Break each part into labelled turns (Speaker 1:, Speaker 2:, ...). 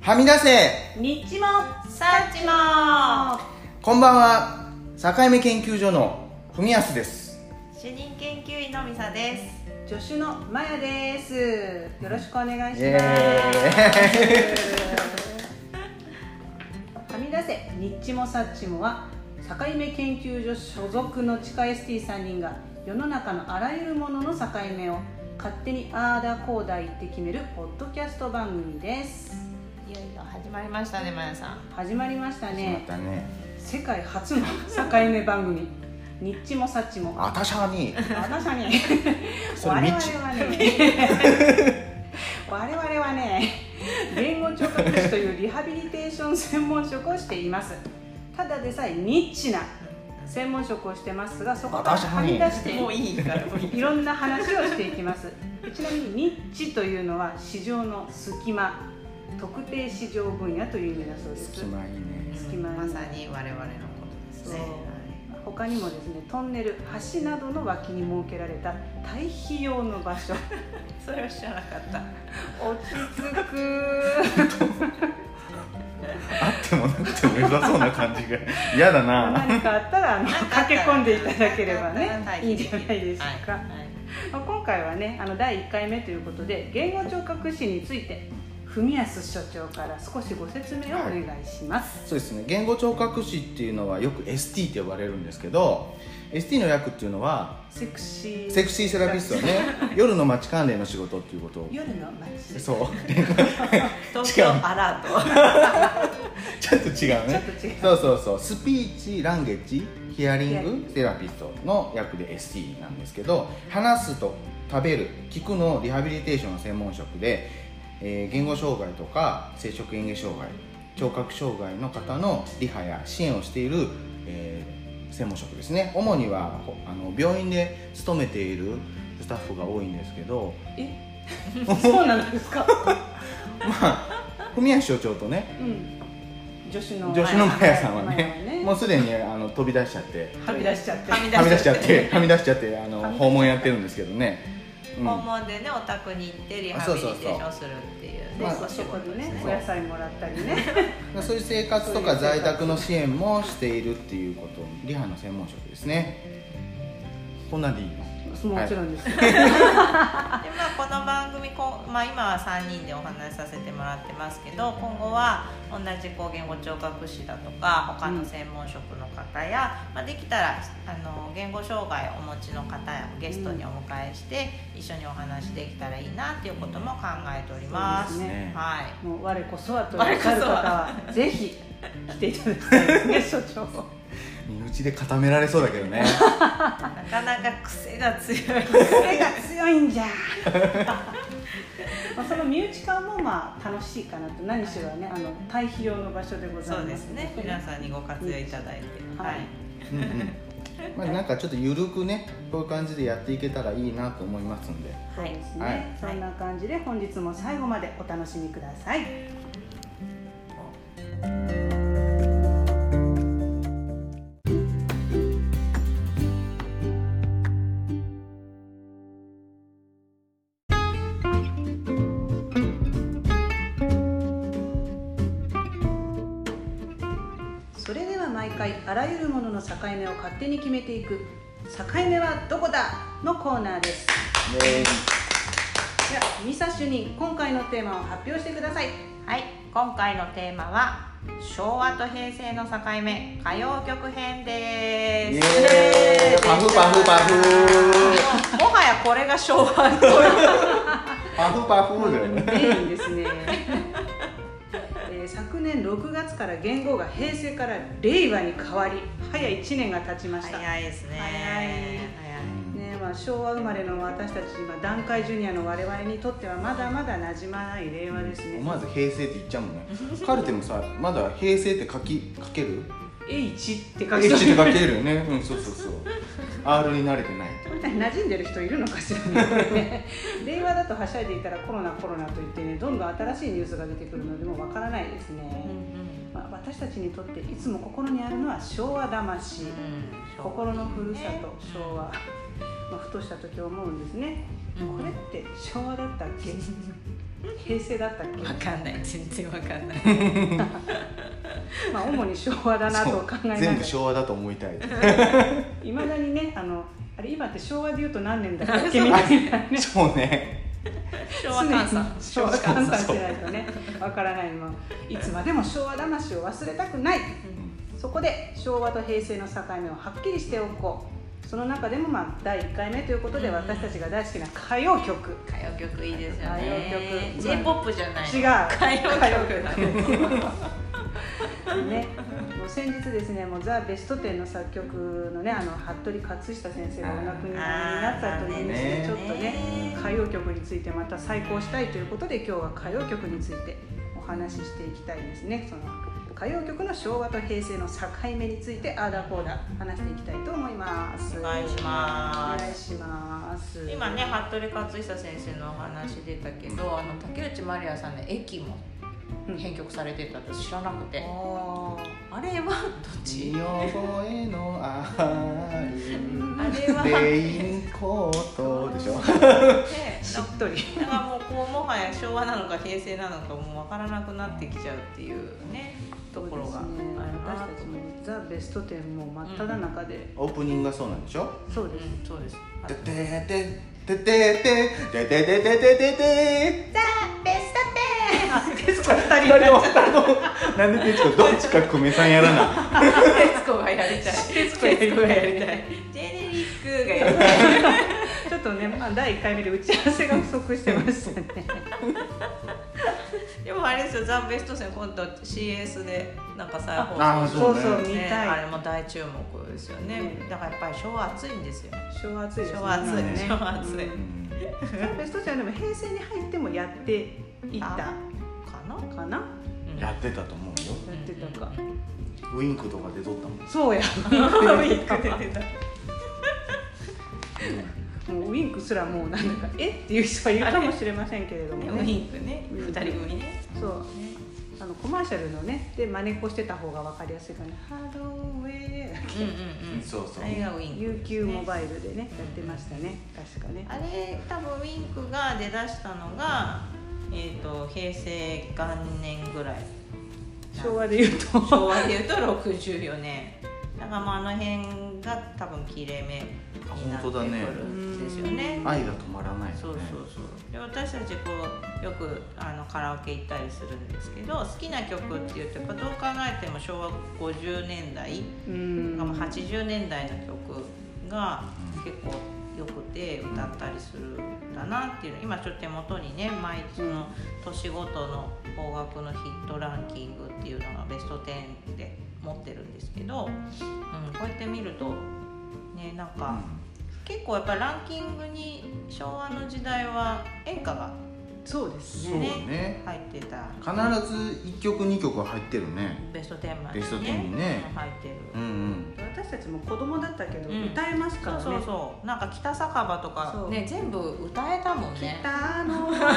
Speaker 1: はみ出せ
Speaker 2: ニッチもサッチも
Speaker 1: こんばんは境目研究所の文康です
Speaker 3: 主任研究員のミサです。
Speaker 2: 助手のまやですよろしくお願いし
Speaker 1: イエ
Speaker 2: ますはみ出せニッチもサッチもは境目研究所所属の地下 ST3 人が世の中のあらゆるものの境目を勝手にあーだこーだ言って決めるポッドキャスト番組です
Speaker 3: いよいよ始まりましたね、まやさん。
Speaker 2: 始まりました
Speaker 1: ま
Speaker 2: ね
Speaker 1: たね
Speaker 2: 世界初の境目番組ニッチもサッチも
Speaker 1: あたしゃに
Speaker 2: 私はね
Speaker 1: そ
Speaker 2: 我
Speaker 1: れ
Speaker 2: 々
Speaker 1: 道
Speaker 2: はね我々はね言語聴覚士というリハビリテーション専門職をしていますただでさえニッチな専門職をしてますがそこから
Speaker 1: 私は
Speaker 2: は
Speaker 1: ね
Speaker 2: み出して
Speaker 3: もういいから、もうい
Speaker 2: い
Speaker 3: い。
Speaker 2: ろんな話をしていきますちなみにニッチというのは市場の隙間特定市場分野という意味だそうです
Speaker 1: 隙間いいね
Speaker 2: 隙間
Speaker 3: まさに我々のことです
Speaker 2: そう
Speaker 3: ね。
Speaker 2: 他にもですねトンネル橋などの脇に設けられた対比用の場 所
Speaker 3: それは知らなかった。
Speaker 2: 落ち着く
Speaker 1: あってもなくても良さそうな感じが 嫌だな
Speaker 2: 何かあったらあの
Speaker 3: なんかあ ったら
Speaker 2: 駆け込んでいただければ
Speaker 3: なんかあった
Speaker 2: ね
Speaker 3: ら
Speaker 2: いいんじゃないですか、
Speaker 3: はいはい
Speaker 2: まあ、今回はねあの第1回目ということで言語聴覚士について文康所長から少しご説明をお願いします、
Speaker 1: そうですね言語聴覚士っていうのはよく ST って呼ばれるんですけど ST の略っていうのは
Speaker 2: セクシー
Speaker 1: セクシーセラピストね夜の街関連の仕事っていうことを
Speaker 2: 夜の街
Speaker 1: そう
Speaker 3: 東京アラート。
Speaker 1: ちょっと違う
Speaker 2: ちょ
Speaker 1: ね
Speaker 2: っと違う
Speaker 1: そうそうそうスピーチランゲージヒアリ
Speaker 2: ヒアリ
Speaker 1: ン
Speaker 2: ン
Speaker 1: グセラピストの役で ST なんですけど話すと食べる聞くのリハビリテーションの専門職で、えー言語障害とか生殖嚥下障害聴覚障害の方のリハや支援をしている、えー専門職ですね主にはほあの病院で勤めているスタッフが多いんですけど
Speaker 2: えそうなんですか
Speaker 1: まあ文谷所長とね
Speaker 2: うん女子の
Speaker 1: 女子のマヤさんは
Speaker 2: マヤ
Speaker 1: ねもうすでにあの飛び出しちゃって
Speaker 2: はみ出しちゃって
Speaker 3: はみ
Speaker 1: はみ出しちゃっ
Speaker 3: 出
Speaker 1: てはみ出しちゃってあの
Speaker 2: はみ出しちゃって
Speaker 1: 訪問やってるんですけどね、うん
Speaker 3: 訪問で ね、お宅に行ってリハビリテーションするっていう
Speaker 2: で
Speaker 3: ね。
Speaker 1: まあ
Speaker 2: そこで
Speaker 3: です
Speaker 2: ね
Speaker 3: ね
Speaker 2: お野菜もらったりね
Speaker 1: そういう生活とか在宅の支援もしているっていうことリハの専門職ですねこんなんでいいの
Speaker 2: もちろ
Speaker 1: はい
Speaker 2: んですよ、
Speaker 3: でまあ、この番組こう、まあ、今は3人でお話しさせてもらってますけど今後は同じこう言語聴覚士だとか他の専門職の方や、まあ、できたらあの言語障害をお持ちの方やゲストにお迎えして、一緒にお話できたらいいなっていうことも考えております。
Speaker 2: そうです
Speaker 1: ね
Speaker 3: はい
Speaker 2: もう我こそはとおっしゃる方はぜひ来ていただきたいです ね所長
Speaker 1: 身内で固められそうだけど ね
Speaker 3: なかなか癖が強い
Speaker 2: 癖が強いんじゃ まあその身内感もまあ楽しいかなと何しろねあの対比用の場所でございます
Speaker 3: そうですね皆
Speaker 2: ん
Speaker 3: さんにご活用いただいて、
Speaker 2: はい
Speaker 3: はい
Speaker 1: うんうんまあなんかちょっとゆるくねこういう感じでやっていけたらいいなと思いますんで
Speaker 2: そうですね、
Speaker 1: はい
Speaker 2: そんな感じで本日も最後までお楽しみくださいそれでは毎回あらゆるものの境目を勝手に決めていく境目はどこだのコーナーですではミサ主任今回のテーマを発表してください
Speaker 3: はい、今回のテーマは昭和と平成の境目歌謡曲編で
Speaker 1: イ
Speaker 3: す。
Speaker 1: エーイパフパフパフ
Speaker 3: もはやこれが昭和の
Speaker 1: パフパフで
Speaker 2: メインですね、えー昨年6月から言語が平成から令和に変わり早1年が経ちました、ね
Speaker 3: 早いですね。
Speaker 2: 早いまあ、昭和生まれの私たち今団塊ジュニアの我々にとってはまだまだ馴染まない令和ですね
Speaker 1: 思わず平成って言っちゃうもん ねカルテもさまだ平成って書き書ける
Speaker 2: H って書
Speaker 1: H
Speaker 2: き
Speaker 1: っ
Speaker 2: そう
Speaker 1: て書けるよねうんそうそうそう R に慣れてない
Speaker 2: これ馴染んでる人いるのかしらね令和だとはしゃいでいたらコロナコロナと言ってねどんどん新しいニュースが出てくるのでもうわからないですね、まあ、私たちにとっていつも心にあるのは昭和魂、心のふるさと昭和、まあ、ふとした時思うんですね、
Speaker 3: うん
Speaker 2: これって昭和だったっけ平成だったっけ
Speaker 3: わかんない全然わかんない
Speaker 2: まあ主に昭和だなと考えなが
Speaker 1: 全
Speaker 2: ら
Speaker 1: 部昭和だと思いたい
Speaker 2: いまだにねあのあれ今って昭和で言うと何年だったっけみたいなね
Speaker 1: そうね
Speaker 3: 昭和換算
Speaker 2: 昭和換算してないとねわからないもいつまでも昭和魂を忘れたくないそこで昭和と平成の境目をはっきりしておこうその中でもまあ第1回目ということで
Speaker 3: うんうん
Speaker 2: 私たちが大好きな歌謡曲
Speaker 3: 歌謡曲いいですよ
Speaker 2: 歌
Speaker 3: ね
Speaker 2: 謡曲
Speaker 3: J−POP じゃない
Speaker 2: 違う
Speaker 3: 歌謡
Speaker 2: 歌
Speaker 3: 曲な
Speaker 2: 謡
Speaker 3: の
Speaker 2: 曲ねもう先日ですねもうザ・ベストテンの作曲のねあの服部克久先生がお亡くなりになったというニュースでちょっとね歌謡曲についてまた再考したいということで今日は歌謡曲についてお話ししていきたいですねその歌謡曲の昭和と平成の境目についてあーだこーだ話していきたいと思います
Speaker 3: お願いしま
Speaker 2: お
Speaker 3: す
Speaker 2: 願いします
Speaker 3: 今ね服部克久先生のお話出たけどあの竹内まりやさんの「駅」も
Speaker 2: うん
Speaker 3: 編曲されてたって知らなくて
Speaker 2: おー
Speaker 3: あれはどっち
Speaker 1: 見覚えのあ
Speaker 3: あれは
Speaker 1: るレインコートでしょ
Speaker 3: ね
Speaker 2: しっとり
Speaker 3: だからもうこうもはや昭和なのか平成なのかもう分からなくなってきちゃうっていうね ところが
Speaker 2: そ
Speaker 3: ある
Speaker 2: うですね
Speaker 3: な
Speaker 2: 私たちもザ・ベストテンも真っ只中で、
Speaker 1: オープニングがそうなんでしょ
Speaker 2: そう
Speaker 3: う
Speaker 2: です、
Speaker 3: んそうです
Speaker 1: ててててててててててててて
Speaker 3: ザ・ベストテン
Speaker 1: 二人とも二人ともなんで徹子どっちか久米さんやらな
Speaker 3: 徹子がやりたい徹
Speaker 2: 子がやりた
Speaker 3: いジェネリックがやりたい
Speaker 2: ちょっとね、まあ、第1回目で打ち合わせが不足してましたね
Speaker 3: でもあれですよザ・ベストテン今度 CS でなんか再放
Speaker 1: あ
Speaker 3: 送する
Speaker 1: そうね
Speaker 2: そう見
Speaker 3: ねあ
Speaker 2: た
Speaker 3: れ
Speaker 2: い
Speaker 3: も大注目ですよね
Speaker 2: ね
Speaker 3: だからやっぱり昭和暑いんですよ
Speaker 2: 昭和暑いですね
Speaker 3: 昭和暑い
Speaker 2: ね
Speaker 3: 昭和暑い
Speaker 1: うん
Speaker 2: うんベストテンでも平成に入ってもやっていた
Speaker 3: あかな
Speaker 2: かな
Speaker 3: うん
Speaker 1: やってたと思うよ
Speaker 2: やってたか
Speaker 3: うんうんうん
Speaker 1: ウインクとか出とったもん
Speaker 2: そうや
Speaker 3: ウィーク出てた
Speaker 2: もうウインクすらもうなんだかえっていう人はいるかもしれませんけれども
Speaker 3: ウ
Speaker 2: ね
Speaker 3: ィンクね
Speaker 2: うん
Speaker 3: 二人組ね
Speaker 2: そうあのコマーシャルのねで真似っこしてた方が分かりやすいかな「ハローウェイ」
Speaker 3: うんうんうん
Speaker 1: そうそう
Speaker 3: あれがウィンク
Speaker 2: UQ モバイルでねやってましたね確かね
Speaker 3: あれ多分ウィンクが出だしたのがえっ、と平成元年ぐらい
Speaker 2: 昭和で言うと
Speaker 3: 昭和でいうと64年だからまああの辺が多分切れ目にな
Speaker 1: あ
Speaker 3: ってく
Speaker 1: 本当だ
Speaker 3: る
Speaker 1: ね
Speaker 3: んですよね
Speaker 1: 愛が止まらない
Speaker 3: そうそうそうで私たちこうよくあのカラオケ行ったりするんですけど好きな曲っていうとやっぱどう考えても昭和50年代
Speaker 2: うん
Speaker 3: まあ80年代の曲が結構よくて歌ったりするんだなっていうの今ちょっと手元にね毎その年ごとの邦楽のヒットランキングっていうのがベスト10で持ってるんですけど、うん、こうやって見るとねなん
Speaker 1: う
Speaker 3: か結構やっぱランキングに昭和の時代は演歌が
Speaker 2: そうです
Speaker 1: んそう
Speaker 2: ね
Speaker 1: ね
Speaker 3: 入ってた
Speaker 1: 必ず一曲二曲は入ってるね
Speaker 3: ベスト10まで
Speaker 1: ベスト10にね
Speaker 3: 入ってる。
Speaker 1: うんうん
Speaker 2: 私たちも子供だったけど、
Speaker 3: うん
Speaker 2: 歌えますか
Speaker 3: そ
Speaker 2: ら
Speaker 3: う
Speaker 2: ね
Speaker 3: そうそう、なんか北酒場と
Speaker 2: そ
Speaker 3: か
Speaker 2: う
Speaker 3: ね全部歌えたもんね
Speaker 2: 北のや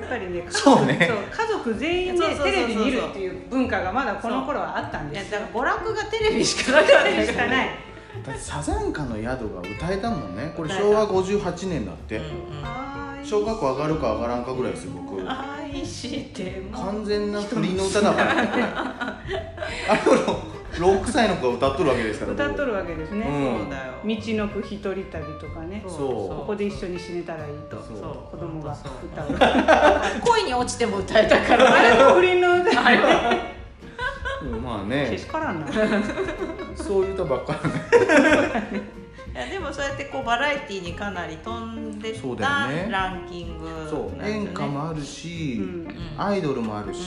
Speaker 2: っぱり ね
Speaker 1: そうね
Speaker 2: そう家族全員で
Speaker 3: そうそうそうそう
Speaker 2: テレビ見るっていう文化がまだこの頃はあったん
Speaker 3: い
Speaker 2: で
Speaker 3: や
Speaker 2: す
Speaker 3: だ
Speaker 2: よ
Speaker 3: から娯楽がテレビしかなかった、
Speaker 2: テレビしかないい
Speaker 1: だってサザンカの宿が歌えたもんねこれ
Speaker 3: 歌えた
Speaker 1: 昭和58年だっ
Speaker 3: う
Speaker 1: て
Speaker 3: んうん、
Speaker 1: 小学校上がるか上がらんかぐらいですよ僕
Speaker 3: 愛しても
Speaker 1: 完全な鳥の歌だから あれを6歳の子が歌っとるわけですから
Speaker 2: 歌っとるわけですね、
Speaker 1: うん
Speaker 3: そうだよ
Speaker 2: 道のく一人旅とかね
Speaker 1: そう
Speaker 2: ここで一緒に死ねたらいいと
Speaker 1: そう
Speaker 2: 子供が
Speaker 3: そう
Speaker 2: 歌うあ
Speaker 3: 恋に落ちても歌えたから
Speaker 2: れも不倫の歌
Speaker 3: あれは
Speaker 1: 僕うんまあ
Speaker 2: け
Speaker 1: ね
Speaker 2: しからんな
Speaker 1: そういう歌ばっかりね
Speaker 3: いやでもそうやってこうバラエティーにかなり飛んで
Speaker 1: そうだ
Speaker 3: た
Speaker 1: よね
Speaker 3: ランキング
Speaker 1: そう演歌もあるし、
Speaker 2: うん
Speaker 1: アイドルもあるし、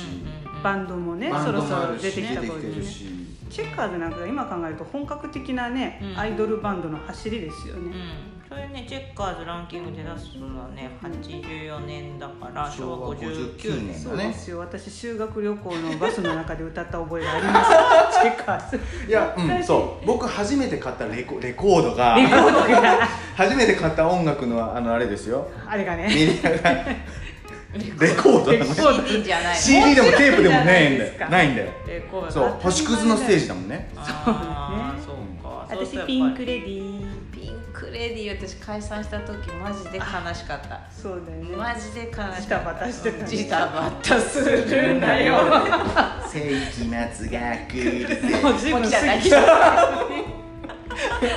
Speaker 2: バンドもね
Speaker 1: バンド
Speaker 2: そろ
Speaker 1: も
Speaker 2: そ
Speaker 1: あ
Speaker 2: ろ
Speaker 1: る
Speaker 2: 出
Speaker 1: して
Speaker 2: き
Speaker 1: 出
Speaker 2: た
Speaker 1: て
Speaker 2: 頃
Speaker 1: きて
Speaker 2: で
Speaker 1: る
Speaker 2: すね
Speaker 1: し、
Speaker 2: チェッカーズなんか今考えると本格的なね、
Speaker 3: うん
Speaker 2: アイドルバンドの走りですよ
Speaker 3: う
Speaker 2: ね、
Speaker 3: んそれねチェッカーズランキングで出すのはね84年だから昭
Speaker 1: 昭
Speaker 3: 和
Speaker 1: 和
Speaker 3: 59
Speaker 1: 59
Speaker 3: 年
Speaker 1: 年
Speaker 2: そ
Speaker 1: だ
Speaker 2: うで
Speaker 1: ね
Speaker 2: すよ私修学旅行のバスの中で歌った覚えがありますチェッカーズ
Speaker 1: いや、うん、そう僕初めて買ったレコレコードが
Speaker 2: レコードが
Speaker 1: 初めて買った音楽のあのあれです よ
Speaker 2: あれがね
Speaker 1: メディアがレコードなの
Speaker 2: レコード
Speaker 3: CD じゃない
Speaker 1: CD でもテープでもないんだよないんだよ
Speaker 3: レコード
Speaker 1: そう星屑のステージだもんね
Speaker 3: あーそうか
Speaker 2: 私
Speaker 3: そうするとやっ
Speaker 2: ピン
Speaker 3: ぱり
Speaker 2: クレディー
Speaker 3: ピンククレディ私解散した時マジで悲しかった
Speaker 2: そうだよね
Speaker 3: マジで悲しかった
Speaker 2: ジタバタしてたね
Speaker 3: ジタバタする なよ
Speaker 1: 世紀末が来るぜ
Speaker 2: もう随
Speaker 3: もう
Speaker 2: 分
Speaker 3: 来
Speaker 2: 過ぎ
Speaker 3: たな来
Speaker 2: ちゃった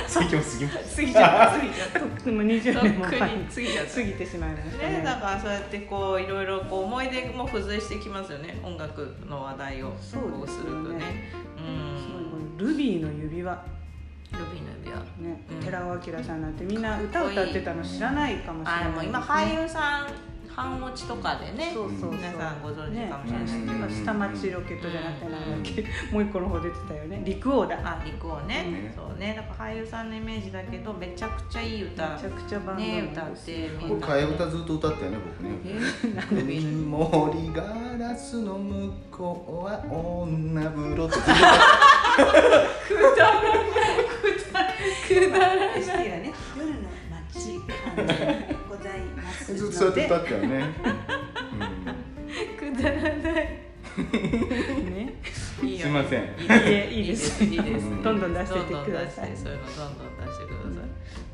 Speaker 1: 世紀末過ぎました
Speaker 3: 過ぎちゃった過ぎちゃっ
Speaker 2: とっくに20
Speaker 3: た
Speaker 2: 年も前
Speaker 3: とっくに過ぎちゃった
Speaker 2: 過ぎてしまいました
Speaker 3: ね、だからそうやってこういろいろこう思い出も付随してきますよね音楽の話題を
Speaker 2: そうです
Speaker 3: す
Speaker 2: よね
Speaker 3: るとねうん
Speaker 2: すごいこのルビーの指輪
Speaker 3: ルビーの指輪
Speaker 2: ね、
Speaker 3: うん
Speaker 2: 寺尾明さんなんてみんな歌
Speaker 3: かっ
Speaker 2: を
Speaker 3: こいい
Speaker 2: 歌ってたの知らないかもしれない
Speaker 3: あでも今俳優さん半落ちとかでね
Speaker 2: そうそうそう
Speaker 3: 皆さんご存知かもしれないですけ
Speaker 1: ね
Speaker 3: ど、
Speaker 2: まあ下町ロケットじゃなくてなんだっけ、もう一個の方出てたよね陸王だめ
Speaker 3: あ陸をね、
Speaker 1: ね
Speaker 3: そうねだから俳優さんのイメージだけどめちゃくちゃいい歌
Speaker 2: ちゃくちゃバンド
Speaker 3: ね歌って
Speaker 1: これ替え歌ずっと歌ったよね僕ね
Speaker 3: え
Speaker 1: 曇りガラスの向こうは女風呂ってずっと
Speaker 3: くだらない
Speaker 2: シティだね夜の街でございま
Speaker 1: ず
Speaker 2: す
Speaker 1: っとそうやって歌
Speaker 2: ね
Speaker 1: った よね、
Speaker 3: くだらない
Speaker 1: うん、すいません
Speaker 2: いえいいです
Speaker 3: いいです
Speaker 1: うん
Speaker 2: どんどん出してってください
Speaker 3: どんどん出してそういうのどんどん出してください、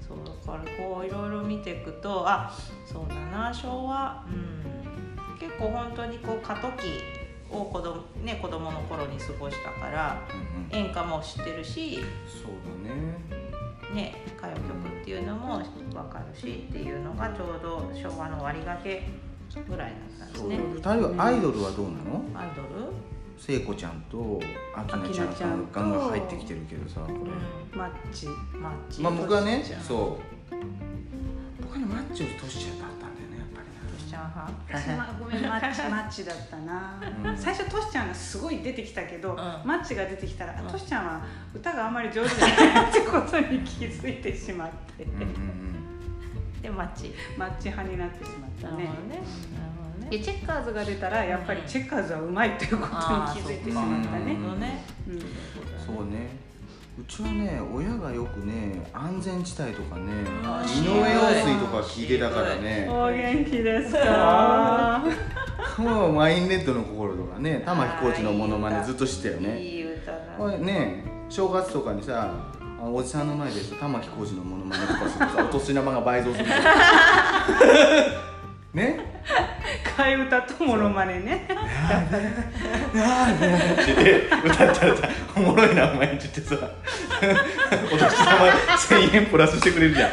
Speaker 3: そうだからこういろいろ見ていくとあそうだな昭和うん結構本当にこう過渡期を子供ね子供の頃に過ごしたから
Speaker 1: うん
Speaker 3: 演歌も知ってるし
Speaker 1: そうだね
Speaker 3: ね、歌謡曲っていうのも分かるしっていうのがちょうど昭和の割りがけぐらいだったんです
Speaker 1: そう
Speaker 3: ね。
Speaker 1: 2人はアイドルはどうなの
Speaker 3: アイドル、
Speaker 1: 聖子ちゃんとあきなちゃんがガンガン入ってきてるけどさこれ、
Speaker 2: マッチ
Speaker 3: マッチ
Speaker 1: まあ僕はね
Speaker 3: トシちゃん
Speaker 1: そう僕はねマッチョとトシちゃんだったんだよねやっぱ
Speaker 3: トシちゃん派
Speaker 2: 私はごめんマッチマッチだったな、
Speaker 1: うん
Speaker 2: 最初トシちゃんがすごい出てきたけど、
Speaker 3: ん
Speaker 2: マッチが出てきたら、あ
Speaker 3: うん
Speaker 2: トシちゃんは歌があんまり上手じゃないってことに気づいてしまって、
Speaker 1: りね、うんうん
Speaker 3: でマッチ
Speaker 2: マッチ派になってしまった
Speaker 3: なるほど
Speaker 2: ね
Speaker 3: ね。なるほど
Speaker 2: で
Speaker 3: ね
Speaker 2: チェッカーズが出たらやっぱりチェッカーズはうまいということに気づいてしま
Speaker 1: あー。
Speaker 2: ったね
Speaker 3: なるほどね
Speaker 2: うん
Speaker 1: うん、そうねうちはね親がよくね安全地帯とかね
Speaker 3: あ
Speaker 1: 井
Speaker 3: ー
Speaker 1: 上陽水とか聞いてたからね
Speaker 2: お元気です か？
Speaker 1: もうマインレッドの心とかね玉置浩二のモノマネずっとしてたよね
Speaker 3: いい歌だ
Speaker 1: これね正月とかにさあおじさんの前で玉置浩二のモノマネとかすると さお年玉が倍増するから ね
Speaker 2: 替え歌とモノマネね。
Speaker 1: って言って歌ったらさ「おもろいなお前」って言ってさお年玉1000円プラスしてくれるじゃん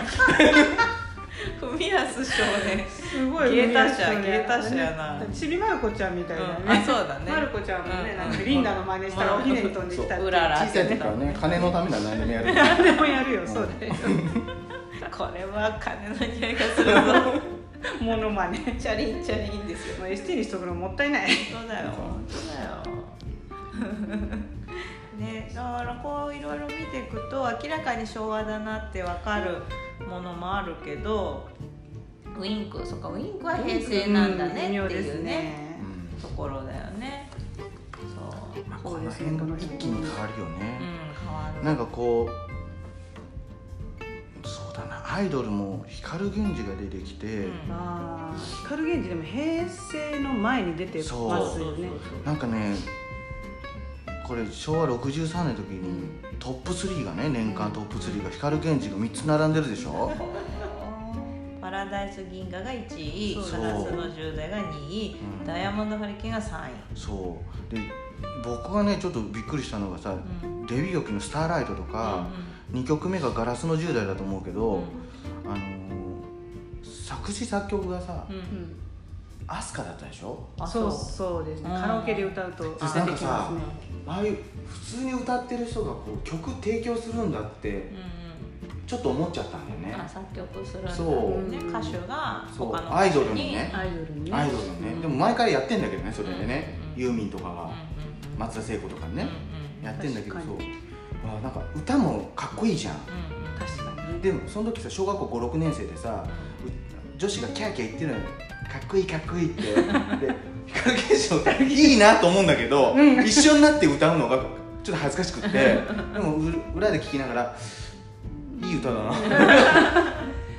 Speaker 3: 文康少年
Speaker 2: すごい
Speaker 3: 芸達者
Speaker 2: 海の人ね
Speaker 3: 芸達者やな
Speaker 2: ちびまる子ちゃんみたいなね。
Speaker 3: うんあそうだね
Speaker 2: まる子ちゃんもね、
Speaker 3: うん
Speaker 2: なんかリンダの真似したらおひねり飛んできたっていう
Speaker 3: うらら
Speaker 1: 小さい時からね金のためなら何でもやる
Speaker 2: 何 でもやるよ、そうだ よ。
Speaker 3: これは金の匂いがするぞ
Speaker 2: モノマネ。
Speaker 3: チャリンチャリンですよ
Speaker 2: もう ST にしとくのもったいない。
Speaker 3: そうだよ本当だよねだからこういろいろ見ていくと明らかに昭和だなってわかるものもあるけどウインクそっかウインクは平成なんだね
Speaker 2: うん
Speaker 3: って
Speaker 2: 微妙で
Speaker 3: い
Speaker 2: す
Speaker 3: うね
Speaker 2: ね。
Speaker 3: ところだよねそう
Speaker 1: まあ
Speaker 2: そ
Speaker 1: こ
Speaker 2: うで
Speaker 1: の
Speaker 2: すね
Speaker 1: 辺が一気に変わるよ
Speaker 3: う
Speaker 1: ね
Speaker 3: ん変わる
Speaker 1: なんかこうそうだなアイドルも光源氏が出てきて、
Speaker 3: うん
Speaker 2: ああ、光源氏でも平成の前に出てます
Speaker 1: そう
Speaker 2: よね。
Speaker 1: なんかねこれ昭和63年の時にトップ3がね年間トップ3が光源氏が3つ並んでるでしょ
Speaker 3: パラダイス銀河が1位
Speaker 1: そう
Speaker 3: ガラスの十代が2位、
Speaker 1: うん
Speaker 3: ダイヤモンドハリケーンが3位、
Speaker 1: そうで僕がねちょっとびっくりしたのがさ、
Speaker 3: ん
Speaker 1: デビュー曲の「スターライト」とか、2曲目が「ガラスの10代」だと思うけ
Speaker 3: うんう
Speaker 1: ど
Speaker 3: ん、
Speaker 1: あのー作詞作曲がさ、
Speaker 3: うん
Speaker 2: うん
Speaker 1: アスカだったでしょ
Speaker 3: あ
Speaker 2: そ
Speaker 3: そ
Speaker 2: うそ
Speaker 3: う
Speaker 2: うですね
Speaker 3: うん
Speaker 2: カラオケで歌うと出てき
Speaker 1: なんかさ
Speaker 2: ますね
Speaker 1: ああいう普通に歌ってる人がこう曲提供するんだって
Speaker 3: うんうん
Speaker 1: ちょっと思っちゃったんだよね、
Speaker 3: あ作曲するんだ
Speaker 1: そう
Speaker 3: ね歌手が
Speaker 1: そう
Speaker 3: 他の
Speaker 1: アイ
Speaker 3: 歌手に
Speaker 1: ドルにね
Speaker 2: アイドルに
Speaker 1: アイ
Speaker 2: ね
Speaker 1: ドルのね、
Speaker 3: うん
Speaker 1: でも毎回やってんだけどねそれでね、
Speaker 3: うん
Speaker 1: ユーミンとか
Speaker 3: うんうん
Speaker 1: は、
Speaker 3: うん
Speaker 1: 松田聖子とかね、
Speaker 3: うん
Speaker 1: やってんだけど
Speaker 2: 確
Speaker 1: そう
Speaker 2: か
Speaker 1: あなんか歌もかっこいいじゃん
Speaker 3: うんうん
Speaker 2: 確かにね
Speaker 1: でもその時さ小学校56年生でさう女子がキャーキャー言ってるのよかっこいいかっこいいってで光源氏の歌いいなと思うんだけど、一緒になって歌うのがちょっと恥ずかしくってでもう裏で聴きながらいい歌だな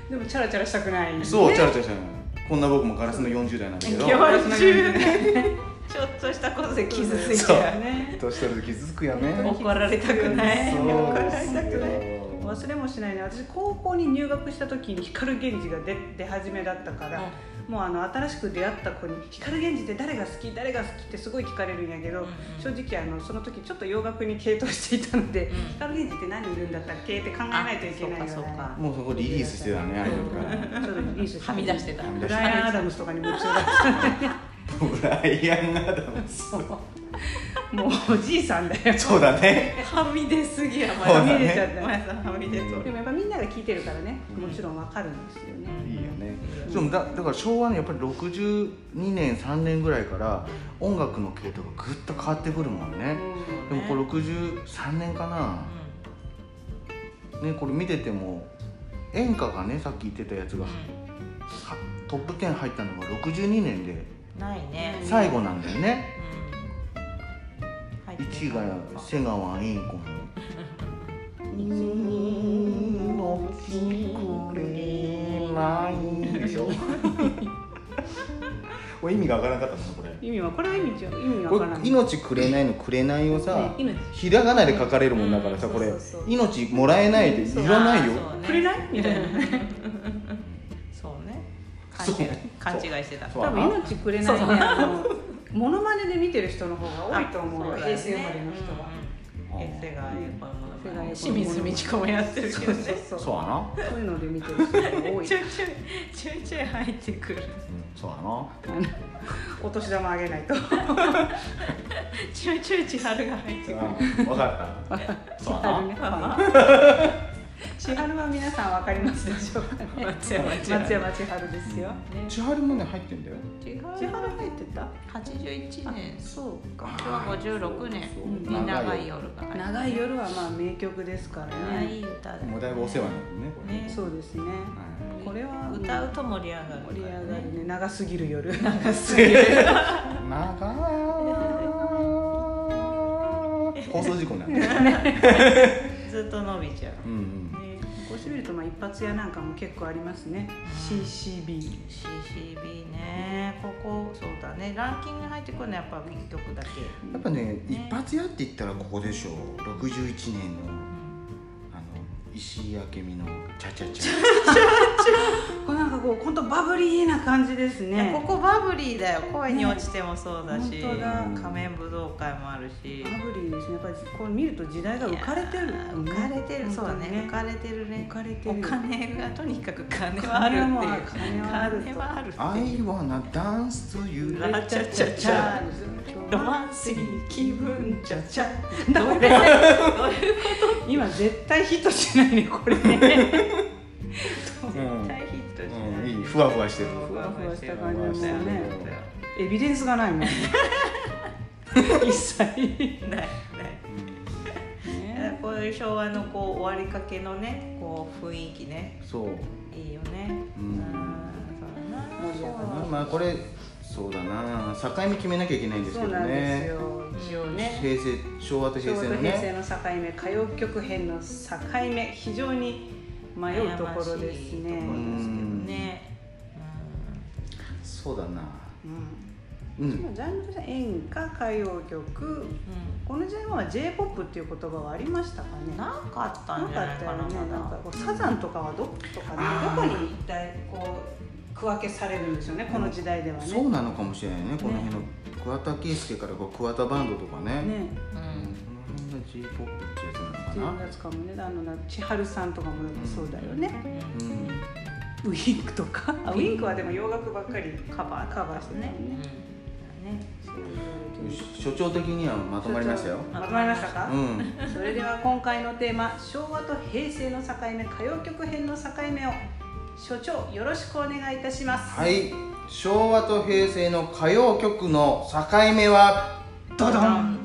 Speaker 2: でもチャラチャラしたくない
Speaker 1: そう、
Speaker 2: ね
Speaker 1: チャラチャラしたのよこんな僕もガラスの40代なんだけ ど
Speaker 2: 40
Speaker 3: ちょっとしたことで傷つい
Speaker 2: つい
Speaker 3: ち
Speaker 2: て
Speaker 3: ゃう
Speaker 2: るね
Speaker 1: 年取ると傷つくよね
Speaker 3: 怒られたくない
Speaker 1: そう
Speaker 3: 怒られ
Speaker 1: です
Speaker 3: たくない
Speaker 1: よ
Speaker 2: 忘れもしないね私高校に入学した時に光源氏が出出始めだったから、もうあの新しく出会った子に「光源氏って誰が好き誰が好き?」ってすごい聞かれるんやけど、正直あのその時ちょっと洋楽に傾倒していたので「光源氏って何いるんだったっけ?」って考えないといけないよね
Speaker 3: そうかそうか
Speaker 1: もうそこリリースしてたねアイドルから
Speaker 2: ちょっとリリースして
Speaker 3: はみ出してた
Speaker 1: はみ出
Speaker 2: ブ
Speaker 1: して
Speaker 2: ライアン・アダムスとかに夢中だった
Speaker 1: ブライアン・アダムス
Speaker 2: もうおじいさんだよ
Speaker 1: そうだね
Speaker 3: はみ出すぎやま
Speaker 1: そうだ
Speaker 2: は
Speaker 1: ね
Speaker 2: み出ちゃった
Speaker 3: まやさんはみ出と
Speaker 2: で
Speaker 3: る
Speaker 2: もやっぱみんなが聞いてるからね
Speaker 1: うん
Speaker 2: もちろんわかるんですよね
Speaker 1: いいよねでもだだから昭和のやっぱり62年3年ぐらいから音楽の系統がぐっと変わってくるもんねでもこれ63年かな、ね、これ見てても演歌がねさっき言ってたやつがはトップ10入ったのが62年で
Speaker 3: うんないね
Speaker 1: 最後なんだよね
Speaker 3: うん入って
Speaker 1: 1位
Speaker 3: ない
Speaker 1: が瀬川インコののきくれないでし ょこれ意味がわからなかったのこれ
Speaker 2: 意味はこれは意味じゃ意味わ
Speaker 1: こ
Speaker 2: か
Speaker 1: れ
Speaker 2: らない
Speaker 1: 命くれないのくれないをさ、
Speaker 2: ね命
Speaker 1: ひらがなで書かれるもんだからさ、
Speaker 3: うん
Speaker 1: これ
Speaker 3: そうそうそう
Speaker 1: 命もらえないで
Speaker 3: そう
Speaker 1: いらないよ
Speaker 3: あーそうね
Speaker 2: くれないみたいな
Speaker 3: そうね勘
Speaker 1: そう
Speaker 3: 違い勘違いしてた
Speaker 1: そう
Speaker 2: 多分命くれないねあのモノマネで見てる人の方が多いと思うよ平成生まれの人は
Speaker 3: うんうん平成が英語のも
Speaker 2: 世代
Speaker 3: のまね
Speaker 2: の
Speaker 3: 清水美智子もやってるけどね
Speaker 2: そう
Speaker 1: そう
Speaker 2: そ
Speaker 1: やな、
Speaker 2: うそういうので見てる人が多い
Speaker 3: ちょいちょいちょいちょい入ってくる
Speaker 1: うん、そうやな
Speaker 2: お年玉あげないと
Speaker 3: ちょいちょい千春が入ってくる
Speaker 1: 分かった そうやな
Speaker 2: ね千春は皆さんわかりますでしょうかね
Speaker 3: 松山千春
Speaker 2: 松山千春ですよ
Speaker 3: ね
Speaker 1: 千春もね入ってんだよ
Speaker 3: 千
Speaker 2: 千
Speaker 3: 春
Speaker 2: 春入ってた
Speaker 3: 81年
Speaker 2: そう
Speaker 3: 今日は56年
Speaker 1: そう
Speaker 2: うん
Speaker 3: に長
Speaker 1: 長
Speaker 3: い
Speaker 1: いよ
Speaker 3: 夜が入って
Speaker 2: 長い夜はまあ名曲ですから
Speaker 3: 長
Speaker 2: ね
Speaker 3: い歌だね
Speaker 1: もうだいぶお世話になるねこれ
Speaker 3: ね
Speaker 2: そうですね
Speaker 1: は
Speaker 2: これは
Speaker 3: 歌うと盛り上がる
Speaker 2: 盛り上が
Speaker 3: からね
Speaker 2: るね長すぎる夜
Speaker 1: い長い放送事故になってる
Speaker 3: ずっと伸びちゃ
Speaker 1: う
Speaker 3: う
Speaker 1: んうん
Speaker 3: ね
Speaker 2: こうしてみるとまあ一発屋なんかも結構ありますね CCB
Speaker 3: CCB ねここそうだねランキングに入ってくるのはやっぱ一曲だけ
Speaker 1: やっぱね一発屋って言ったらここでしょ61年のあの石井明美の「チャチャチャ」
Speaker 2: これなんかこう本当バブリーな感じです
Speaker 3: いやこ
Speaker 2: ね
Speaker 3: こバブリーだよ声に落ちてもそうだし、
Speaker 2: ね本当だ
Speaker 3: 仮面武道会もあるし
Speaker 2: バブリーですねやっぱりこれ見ると時代が浮かれてる
Speaker 3: いやー浮かれてる、そうだね浮
Speaker 2: 浮
Speaker 3: かれてるね
Speaker 2: 浮かれて
Speaker 3: お
Speaker 2: る
Speaker 3: 金がとにかく金はあ
Speaker 2: 金
Speaker 3: る
Speaker 2: はも
Speaker 3: っ
Speaker 2: う
Speaker 3: て
Speaker 2: あ
Speaker 3: い
Speaker 2: る
Speaker 3: う
Speaker 2: 金はあると
Speaker 3: 金はあるっていう
Speaker 1: I wanna dance to you
Speaker 3: ラチャチャチャロマンスに気分チャチャどれどれ
Speaker 2: 今絶対ヒットしないねこれね
Speaker 1: うん
Speaker 3: 絶対ヒットし
Speaker 1: う
Speaker 3: ない、
Speaker 1: んいいふわふわしてる
Speaker 2: ふわふわした感じ
Speaker 1: だ
Speaker 2: だ
Speaker 1: よ
Speaker 2: よ
Speaker 1: ね
Speaker 2: ねエビデンスがないもん 一切
Speaker 3: ないないこういう昭和のこう終わりかけのねこう雰囲気ね
Speaker 1: そう
Speaker 3: いいよね
Speaker 1: う
Speaker 3: うん
Speaker 1: ん
Speaker 3: そう
Speaker 2: そう
Speaker 3: だな
Speaker 2: だ
Speaker 1: まあまあこれそうだな境目決めなきゃいけないんです
Speaker 2: そ
Speaker 1: け
Speaker 2: う
Speaker 1: ど
Speaker 2: なんです
Speaker 1: ね
Speaker 2: よ一応ね
Speaker 1: 平成昭和と
Speaker 2: 昭
Speaker 1: 平
Speaker 2: 和
Speaker 1: 成
Speaker 2: と
Speaker 1: の
Speaker 2: 平成
Speaker 1: ね
Speaker 2: の境目歌謡曲編の境目非常に迷うところですね
Speaker 3: 悩ましいところですけどね
Speaker 1: そうだな
Speaker 2: うん
Speaker 1: うん
Speaker 2: ジャンルとしては演歌歌謡曲
Speaker 3: うん
Speaker 2: この時代は j p o p っていう言葉はありましたかね
Speaker 3: なかったんじゃないかな
Speaker 2: なかったよねなん
Speaker 3: ま
Speaker 2: か
Speaker 3: だ
Speaker 2: こうサザンとかはどとか
Speaker 1: あ
Speaker 2: ねどこ
Speaker 1: ー
Speaker 2: に一体こう区分けされるんですよねこの時代ではね。
Speaker 1: そうなのかもしれないねこの辺の桑田佳祐からこう桑田バンドとかねう
Speaker 2: ね
Speaker 3: う
Speaker 1: んこ
Speaker 3: ん
Speaker 1: の辺が J−POP ってやつなの
Speaker 2: 10
Speaker 1: かな
Speaker 2: 月かもねあのな千春さんとかもそうだよね、
Speaker 1: うん
Speaker 2: ウィンクとかあウィンクはでも洋楽ばっかりカバーカバーしてね
Speaker 3: うんうんね
Speaker 2: そうい
Speaker 1: よ
Speaker 2: う
Speaker 1: し所長的にはまとまりましたよ
Speaker 2: まとまりましたか、
Speaker 1: うん
Speaker 2: それでは今回のテーマ「昭和と平成の境目歌謡曲編の境目」を所長よろしくお願いいたします。
Speaker 1: はい昭和と平成の歌謡曲の境目はドドン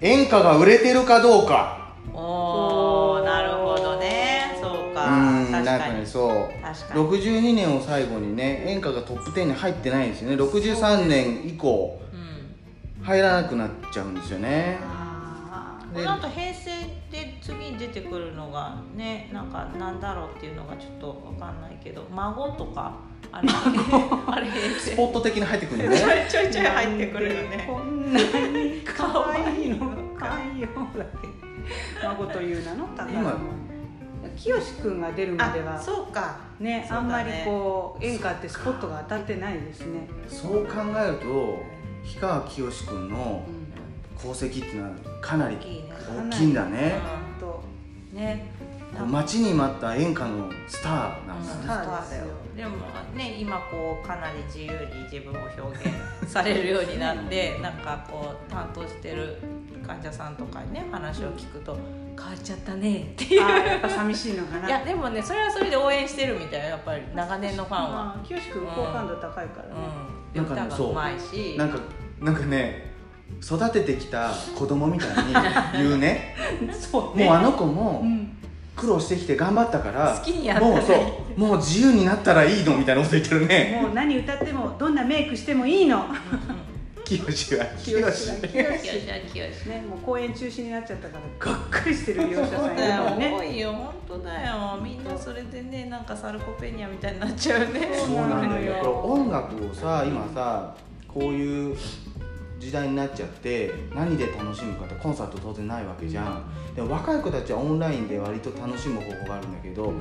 Speaker 1: 演歌が売れてるかどうか
Speaker 3: おーなるほどねそうか
Speaker 1: うんなん
Speaker 3: 確
Speaker 1: か
Speaker 3: か
Speaker 1: ね
Speaker 3: に
Speaker 1: そう
Speaker 3: 確かに
Speaker 1: 62年を最後にね演歌がトップ10に入ってないんですよね63年以降
Speaker 3: うん
Speaker 1: 入らなくなっちゃうんですよね
Speaker 2: あ
Speaker 3: この後平成で次に出てくるのがねなんかなんだろうっていうのがちょっとわかんないけど孫とかあれ あれ平
Speaker 1: ス
Speaker 3: 成
Speaker 1: ポット的に入ってくる
Speaker 3: ち
Speaker 1: よ
Speaker 3: ょ
Speaker 1: ね
Speaker 3: いちょいちょい入ってくるよ
Speaker 2: ー
Speaker 3: ね
Speaker 2: こんなに
Speaker 3: 可愛いの
Speaker 2: 可海洋だけ孫という名の宝物清志くんが出るまでは
Speaker 3: あそうか
Speaker 2: ね
Speaker 3: そう
Speaker 2: あ
Speaker 3: だね
Speaker 2: んまりこう演歌ってスポットが当たってないですね
Speaker 1: そう考えると氷川きよし君の
Speaker 2: うん
Speaker 1: 功績っていうのはかなり
Speaker 3: いいね
Speaker 1: 大きいんだね
Speaker 2: と
Speaker 3: ね
Speaker 1: こう待ちに待った演歌のスターなんだ
Speaker 2: ス
Speaker 1: ね
Speaker 2: ターですよ
Speaker 3: でもね今こうかなり自由に自分を表現されるようになってなんかこう担当してる患者さんとかにね話を聞くと「変わっちゃったね」っていう
Speaker 2: あーやっぱ寂しいのかない
Speaker 3: やでもねそれはそれで応援してるみたいなやっぱり長年のファンは、
Speaker 2: まあ清志くん好感度高いからね、
Speaker 3: う
Speaker 1: な
Speaker 3: ん、
Speaker 1: んかね
Speaker 3: 歌がうまいし
Speaker 1: なんかなんかね育ててきた子供みたいに言うね
Speaker 2: そうね
Speaker 1: もうあの子
Speaker 2: う
Speaker 1: も
Speaker 2: ん、
Speaker 1: 苦労してきて頑張ったから
Speaker 3: 好きにやったらいい
Speaker 1: もうそうもう自由になったらいいのみたいなこと言ってる ね
Speaker 2: もう何歌ってもどんなメイクしてもいいの
Speaker 1: きよしはきよし
Speaker 2: 清
Speaker 3: 清
Speaker 2: 志
Speaker 3: 志は清志
Speaker 2: ねもう公演中止になっちゃったからがっかりしてる利用者
Speaker 3: そ
Speaker 2: さん
Speaker 3: う
Speaker 2: いる
Speaker 3: だ
Speaker 2: も
Speaker 3: よ、
Speaker 2: んね
Speaker 3: 多いよ本当だよみんなそれでねなんかサルコペニアみたいになっちゃうね
Speaker 1: そうなんだよこれ音楽をさ今さこういう時代になっちゃって何で楽しむかってコンサート当然ないわけじゃん、でも若い子たちはオンラインで割と楽しむ方法があるんだけど、やっ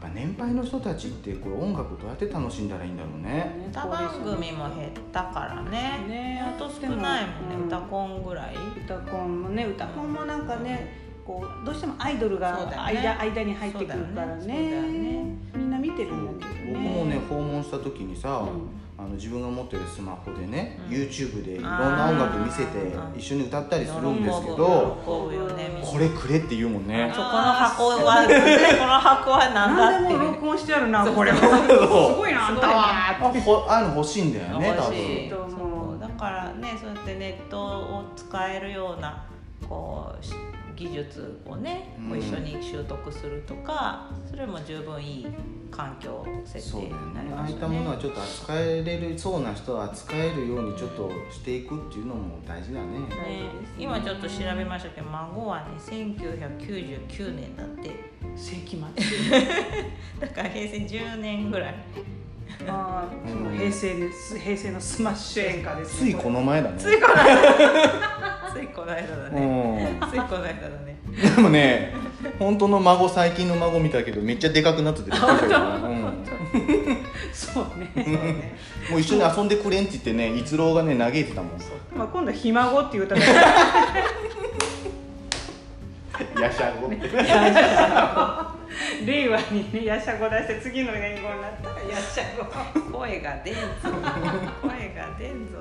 Speaker 1: ぱ年配の人たちってこれ音楽どうやって楽しんだらいいんだろうね
Speaker 2: ね
Speaker 3: 歌番組も減ったからね
Speaker 2: ね
Speaker 3: ほんと少ないもんね、
Speaker 2: うん
Speaker 3: 歌コンぐらい
Speaker 2: 歌コンもね歌コンもなんかねこうどうしてもアイドルが
Speaker 3: そうだよね
Speaker 2: 間,、間に入ってくるから
Speaker 3: そ
Speaker 2: ね
Speaker 3: うだよね
Speaker 2: みんな見てる
Speaker 1: そうん
Speaker 2: だけど
Speaker 1: 僕
Speaker 2: ね
Speaker 1: もね訪問した時にさ、
Speaker 2: う
Speaker 1: あの自分が持ってるスマホでね、
Speaker 3: うん
Speaker 1: YouTube でいろんな音楽見せて
Speaker 3: あー
Speaker 1: 一緒に歌ったりするんですけど
Speaker 3: 喜ぶよねみんな
Speaker 1: これくれって言うもんね
Speaker 3: そこの箱はこの箱は何だ
Speaker 2: 何
Speaker 3: って
Speaker 2: で
Speaker 3: い
Speaker 2: も
Speaker 3: う
Speaker 2: 録音してあるな
Speaker 3: そう
Speaker 2: これはすごいなあんたは
Speaker 1: あほああいうの欲しいんだよね多
Speaker 3: 欲しい
Speaker 1: 分
Speaker 2: と思う
Speaker 3: そうだからねそうやってネットを使えるようなこうし技術をね、
Speaker 1: うん
Speaker 3: こう一緒に習得するとかそれも十分いい環境設
Speaker 1: そう
Speaker 3: 定
Speaker 1: だよ
Speaker 3: になり
Speaker 1: ねあ
Speaker 3: ま
Speaker 1: あいっ
Speaker 3: し
Speaker 1: たたものは
Speaker 3: ね。
Speaker 1: ちょっと扱えれるそうな人は扱えるようにちょっとしていくっていうのも大事だね
Speaker 2: た
Speaker 3: ね今ちょっと調べましたけど孫はね1999年だって
Speaker 2: 世紀末
Speaker 3: だから平成10年ぐらい
Speaker 2: あーその平成です平成のスマッシュ演歌です
Speaker 1: ついこの前だね
Speaker 3: ついこの間ついこの間だねついこの間だね
Speaker 1: うんでもね本当の孫最近の孫見たけどめっちゃでかくな っててびっくりしたけどねうん
Speaker 2: そう
Speaker 3: そ
Speaker 2: ね
Speaker 3: うね
Speaker 1: もう一緒に遊んでくれんって言ってね逸郎がね嘆いてたもん
Speaker 2: まあ今度は「ひ孫」っていう歌が
Speaker 1: やしゃご って
Speaker 2: 令和にね「やしゃご」出して次の年号になったら「やしゃご」
Speaker 3: 声が出んぞ声が出 んぞ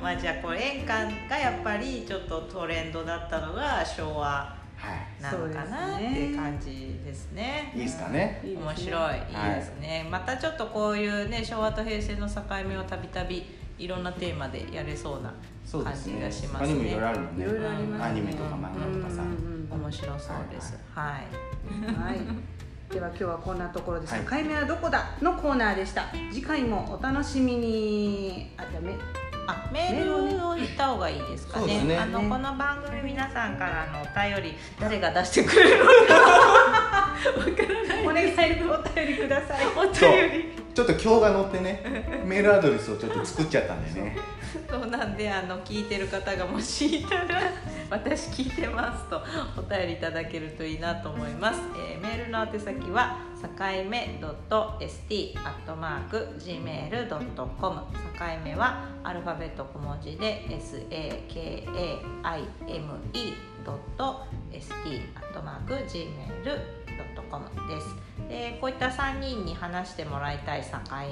Speaker 3: まあじゃあこれ演歌がやっぱりちょっとトレンドだったのが昭和
Speaker 1: は
Speaker 3: なのかな
Speaker 2: そうで
Speaker 3: っ
Speaker 2: すね
Speaker 3: て感じですね
Speaker 1: いいいですかね
Speaker 2: いいですね
Speaker 3: 面白いいいですね、またちょっとこういうね昭和と平成の境目をたびたびいろんなテーマでやれそうな
Speaker 1: そうで
Speaker 3: 感
Speaker 1: す
Speaker 3: じ
Speaker 1: ね
Speaker 3: がしま
Speaker 1: 他
Speaker 3: す
Speaker 1: にもい
Speaker 3: ね
Speaker 1: ろいろあるもんね
Speaker 2: いろいろありますね
Speaker 1: アニメとか漫画とかさ
Speaker 2: うんうんうん
Speaker 3: 面白そうですはい、
Speaker 2: はい。では今日はこんなところです。
Speaker 1: はい
Speaker 2: 回目はどこだのコーナーでした。次回もお楽しみに。あ、ダメ。
Speaker 3: あメールを言った方がいいですか
Speaker 1: そうで
Speaker 3: ね
Speaker 1: すね
Speaker 3: あの
Speaker 2: ね
Speaker 3: この番組皆さんからのお便り誰が出してくれるの
Speaker 2: お願い お便りください。
Speaker 3: お
Speaker 1: そう
Speaker 3: 便り
Speaker 1: ちょっと今日が乗ってねメールアドレスをちょっと作っちゃったんでね
Speaker 3: そうなんであの聞いてる方がもしいたら「私聞いてます」とお便りいただけるといいなと思います、えーメールの宛先は境目 .st.gmail.com 境目はアルファベット小文字で sakaime.st.gmail.com ですでこういった3人に話してもらいたい境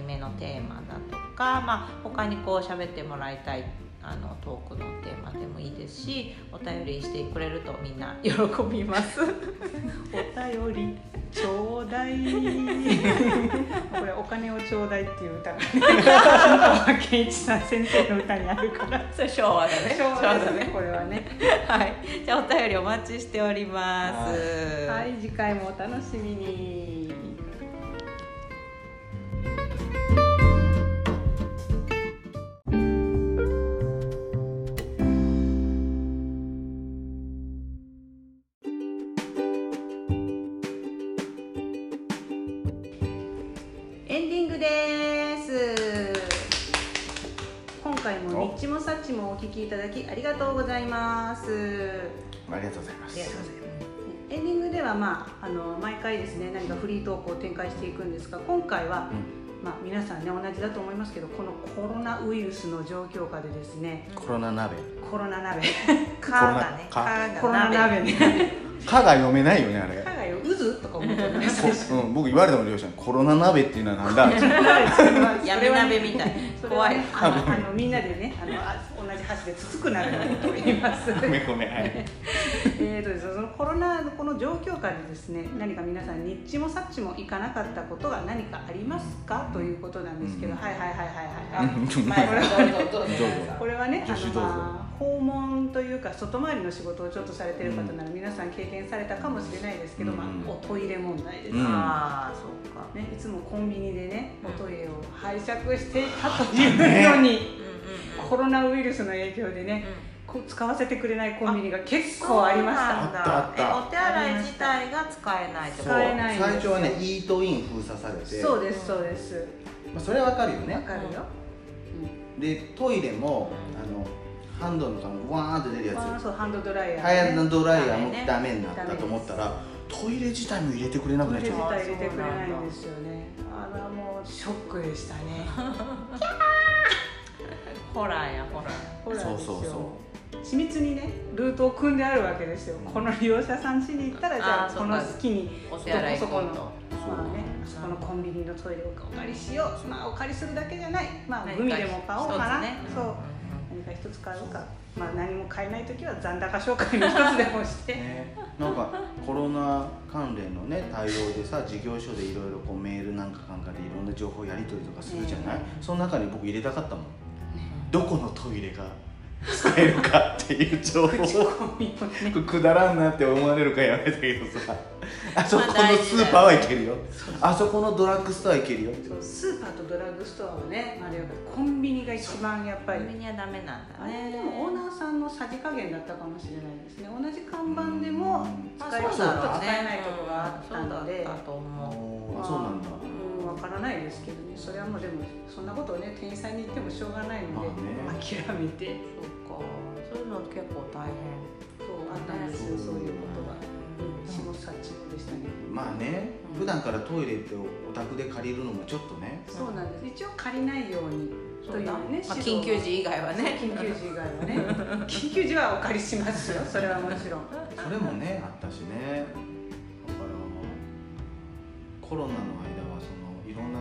Speaker 3: 目のテーマだとか、まあ、他にこう喋ってもらいたいあのトークのテーマでもいいですしお便りしてくれるとみんな喜びます
Speaker 2: お便りちょうだい。これお金をちょうだいっていう歌がね。山健一さん先生の歌にあるから。
Speaker 3: それ昭和だね
Speaker 2: 昭和ですね。
Speaker 3: 昭
Speaker 2: これはね。
Speaker 3: 和だねはいじゃあお便りお待ちしております
Speaker 2: はい、次回もお楽しみに。エンディングです。今回もニッチもサッチもお聞きいただきありがとうございます
Speaker 1: ありがとうございま
Speaker 2: あ
Speaker 1: す
Speaker 2: りがとうございますエンディングでは、まあ、あの毎回ですね何かフリートークを展開していくんですが今回は、まあ、皆さんね同じだと思いますけどこのコロナウイルスの状況下でですね
Speaker 1: コロナ鍋
Speaker 2: コロナ鍋
Speaker 3: カーがね
Speaker 1: コロナ
Speaker 3: カー が
Speaker 2: コロナ鍋 ね
Speaker 1: 「か」が読めないよねあれ
Speaker 2: 海外を渦とか思っておりました
Speaker 1: こうん、僕言われたもん両親にコロナ鍋っていうのはなんだ
Speaker 3: 闇鍋みたい
Speaker 2: それは
Speaker 3: 怖い
Speaker 2: ねあのあのみんなでねあのあ同じ箸でつつく鍋のことを言いま す
Speaker 1: ごめんごめんはい
Speaker 2: えーとですねそのコロナのこの状況下でですね何か皆さんニッチもサッチもいかなかったことが何かありますかということなんですけど、
Speaker 1: うん
Speaker 2: はいはいはいはいはい、
Speaker 1: うん
Speaker 3: 前どう
Speaker 1: ど
Speaker 3: ぞどうぞ
Speaker 1: うぞ
Speaker 2: これはねあ
Speaker 1: 女子
Speaker 2: の、
Speaker 1: どうぞ
Speaker 2: まあ、訪問というか外回りの仕事をちょっとされてる方なら皆さん経験されたかもしれないですけど、
Speaker 1: うん
Speaker 2: まあ、おトイレ問題です、
Speaker 1: うん
Speaker 3: ああそうか
Speaker 2: ね、いつもコンビニでね
Speaker 3: うん
Speaker 2: おトイレを拝借していたというのに、
Speaker 3: うんうんうん
Speaker 2: コロナウイルスの影響でね、こ使わせてくれないコンビニが結構ありまし
Speaker 3: そうな
Speaker 2: た
Speaker 3: ん
Speaker 1: あったあ
Speaker 3: だ
Speaker 1: った
Speaker 3: えお手洗い自体が使えないってこ
Speaker 1: そう
Speaker 3: とか
Speaker 2: 使えないんですよ
Speaker 1: 最初はねイートイン封鎖されて
Speaker 2: そうですそうです
Speaker 1: まあ、それはわかるよ
Speaker 2: わ
Speaker 1: ね
Speaker 2: かるよ、
Speaker 1: でトイレもあのハンドのあのワーンって出る
Speaker 2: うん、あ
Speaker 1: や
Speaker 2: ーそうハンドドライ
Speaker 1: つ
Speaker 2: ヤ
Speaker 1: ハイ
Speaker 2: ー
Speaker 1: ア
Speaker 2: ね、
Speaker 1: ンドドライヤーもダ
Speaker 3: ダ
Speaker 1: メになったと思ったらトイレ自体も入れてくれなくなっ
Speaker 2: 手
Speaker 1: ち
Speaker 2: 自
Speaker 1: ゃう
Speaker 2: 体入れてくれないんですよねあれはもうショックでしたね
Speaker 3: ホラーやホラー
Speaker 2: ホラーですよ
Speaker 1: そうそうそ
Speaker 2: 緻密にねルートを組んであるわけですよこの利用者さん家に行ったらじゃ
Speaker 3: あ
Speaker 2: あ
Speaker 3: ーそ
Speaker 2: こ
Speaker 3: う
Speaker 2: の隙に
Speaker 3: お手洗い行こう
Speaker 2: どこそことまあね、あそこのコンビニのトイレをお借りしよう、まあ、お借りするだけじゃない、まあ、グミでも買おうかな、
Speaker 3: 何か一つね
Speaker 2: そう何か一つ買うか、まあ、何も買えない時は残高紹介の一つでもし て、
Speaker 1: ね、なんかコロナ関連のね対応でさ事業所でいろいろこうメールなんかなんかでいろんな情報やり取りとかするじゃない、
Speaker 3: ね
Speaker 1: その中に僕入れたかったもんどこのトイレが使えるかっていう情報
Speaker 2: 口
Speaker 1: を
Speaker 2: コミをね
Speaker 1: くだらんなって思われるからやめたけどさあそこの
Speaker 3: まあ大事
Speaker 1: ス
Speaker 3: だよね
Speaker 1: ーパーはいけるよあそこのドラッグストア行けるよ
Speaker 2: そうスーパーとドラッグストアはね、あれはコンビニが一番やっぱ
Speaker 3: コ
Speaker 2: り
Speaker 3: ンビニはダメなんだ
Speaker 2: あれ
Speaker 3: ね
Speaker 2: でもオーナーさんのさじ加減だったかもしれないですね同じ看板でも
Speaker 3: まあ
Speaker 2: 使えると
Speaker 3: そうだろうね
Speaker 2: 使えないとこがあったので
Speaker 3: うんそうだったと
Speaker 1: あ
Speaker 3: 思
Speaker 1: ーあそうなんだ
Speaker 2: うんわからないですけどねそれはもうでもそんなことをね店員さんに言ってもしょうがないので、
Speaker 1: まあね
Speaker 2: 諦めて
Speaker 3: うそうかそういうの結構大変
Speaker 2: そうあったんですよそういうことが
Speaker 3: うん
Speaker 2: 下察中でしたね
Speaker 1: まあね
Speaker 3: うん
Speaker 1: 普段からトイレってお宅で借りるのもちょっとね
Speaker 2: そうなんです一応借りないように
Speaker 3: そうだ
Speaker 2: というね
Speaker 3: まあ
Speaker 2: 指導
Speaker 3: 緊急時以外はね
Speaker 2: 緊急時以外はね緊急時はお借りしますよそれはもちろん
Speaker 1: それもねあったしねだからコロナの間はそのいろんな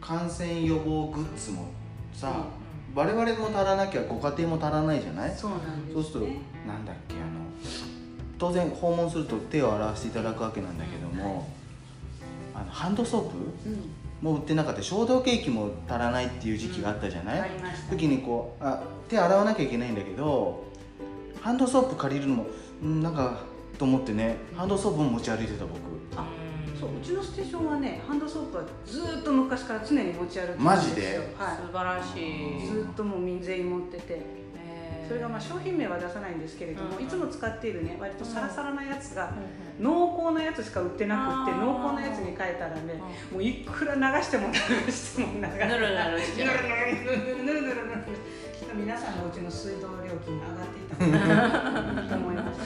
Speaker 1: 感染予防グッズもさ、我々も足らなきゃご家庭も足らないじゃない
Speaker 2: そうなんです、
Speaker 1: そ
Speaker 2: ね、
Speaker 1: うすると、なんだっけあの当然訪問すると手を洗わせていただくわけなんだけども、あのハンドソープ
Speaker 2: うん
Speaker 1: も売ってなかった消毒液も足らないっていう時期があったじゃない、
Speaker 2: ありました
Speaker 1: 時にこうあ手洗わなきゃいけないんだけどハンドソープ借りるのもうんなんかと思ってねハンドソープも持ち歩いてた僕
Speaker 2: あそううちのステーションはねハンドソープはずーっと昔から常に持ち歩いてたんすよ
Speaker 1: マジで
Speaker 2: は
Speaker 3: 素晴らし
Speaker 2: い
Speaker 3: い
Speaker 2: ずーっともう民全員持ってて
Speaker 3: えー
Speaker 2: それがまあ商品名は出さないんですけれども、
Speaker 3: うん
Speaker 2: いつも使っているね割とサラサラなやつが
Speaker 3: うんうん
Speaker 2: 濃厚なやつしか売ってなくって
Speaker 3: あー
Speaker 2: 濃厚なやつに変えたらねもういくら流しても流しても流しても
Speaker 3: ぬるぬるし
Speaker 2: ぬ
Speaker 3: て
Speaker 2: る
Speaker 3: る
Speaker 2: ぬるぬるぬるぬるぬるぬるきっと皆さんのうちの水道料金が上がっていたと思います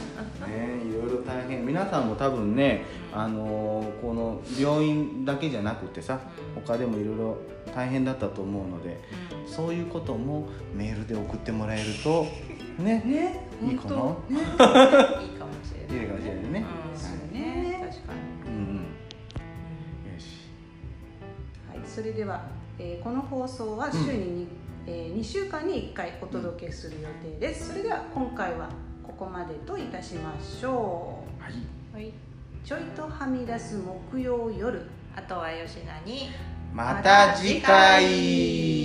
Speaker 1: ねいろいろ大変皆さんも多分ね、あのーこの病院だけじゃなくてさ他でもいろいろ大変だったと思うのでそういうこともメールで送ってもらえると ね
Speaker 2: ね
Speaker 1: いいかな
Speaker 2: 本当ね
Speaker 3: いいか
Speaker 1: い
Speaker 3: もしれない
Speaker 1: いかもしれないね、
Speaker 3: うん
Speaker 2: そう
Speaker 1: は
Speaker 2: ね
Speaker 3: 確か
Speaker 1: いうん
Speaker 3: に
Speaker 1: うんよし
Speaker 2: はい、それでは、えーこの放送は週にに、え2週間に1回お届けする予定ですそれでは今回はここまでといたしましょ
Speaker 1: はい、
Speaker 2: う、はい、ちょいとはみ出す木曜夜
Speaker 3: あとは吉菜に
Speaker 1: また次回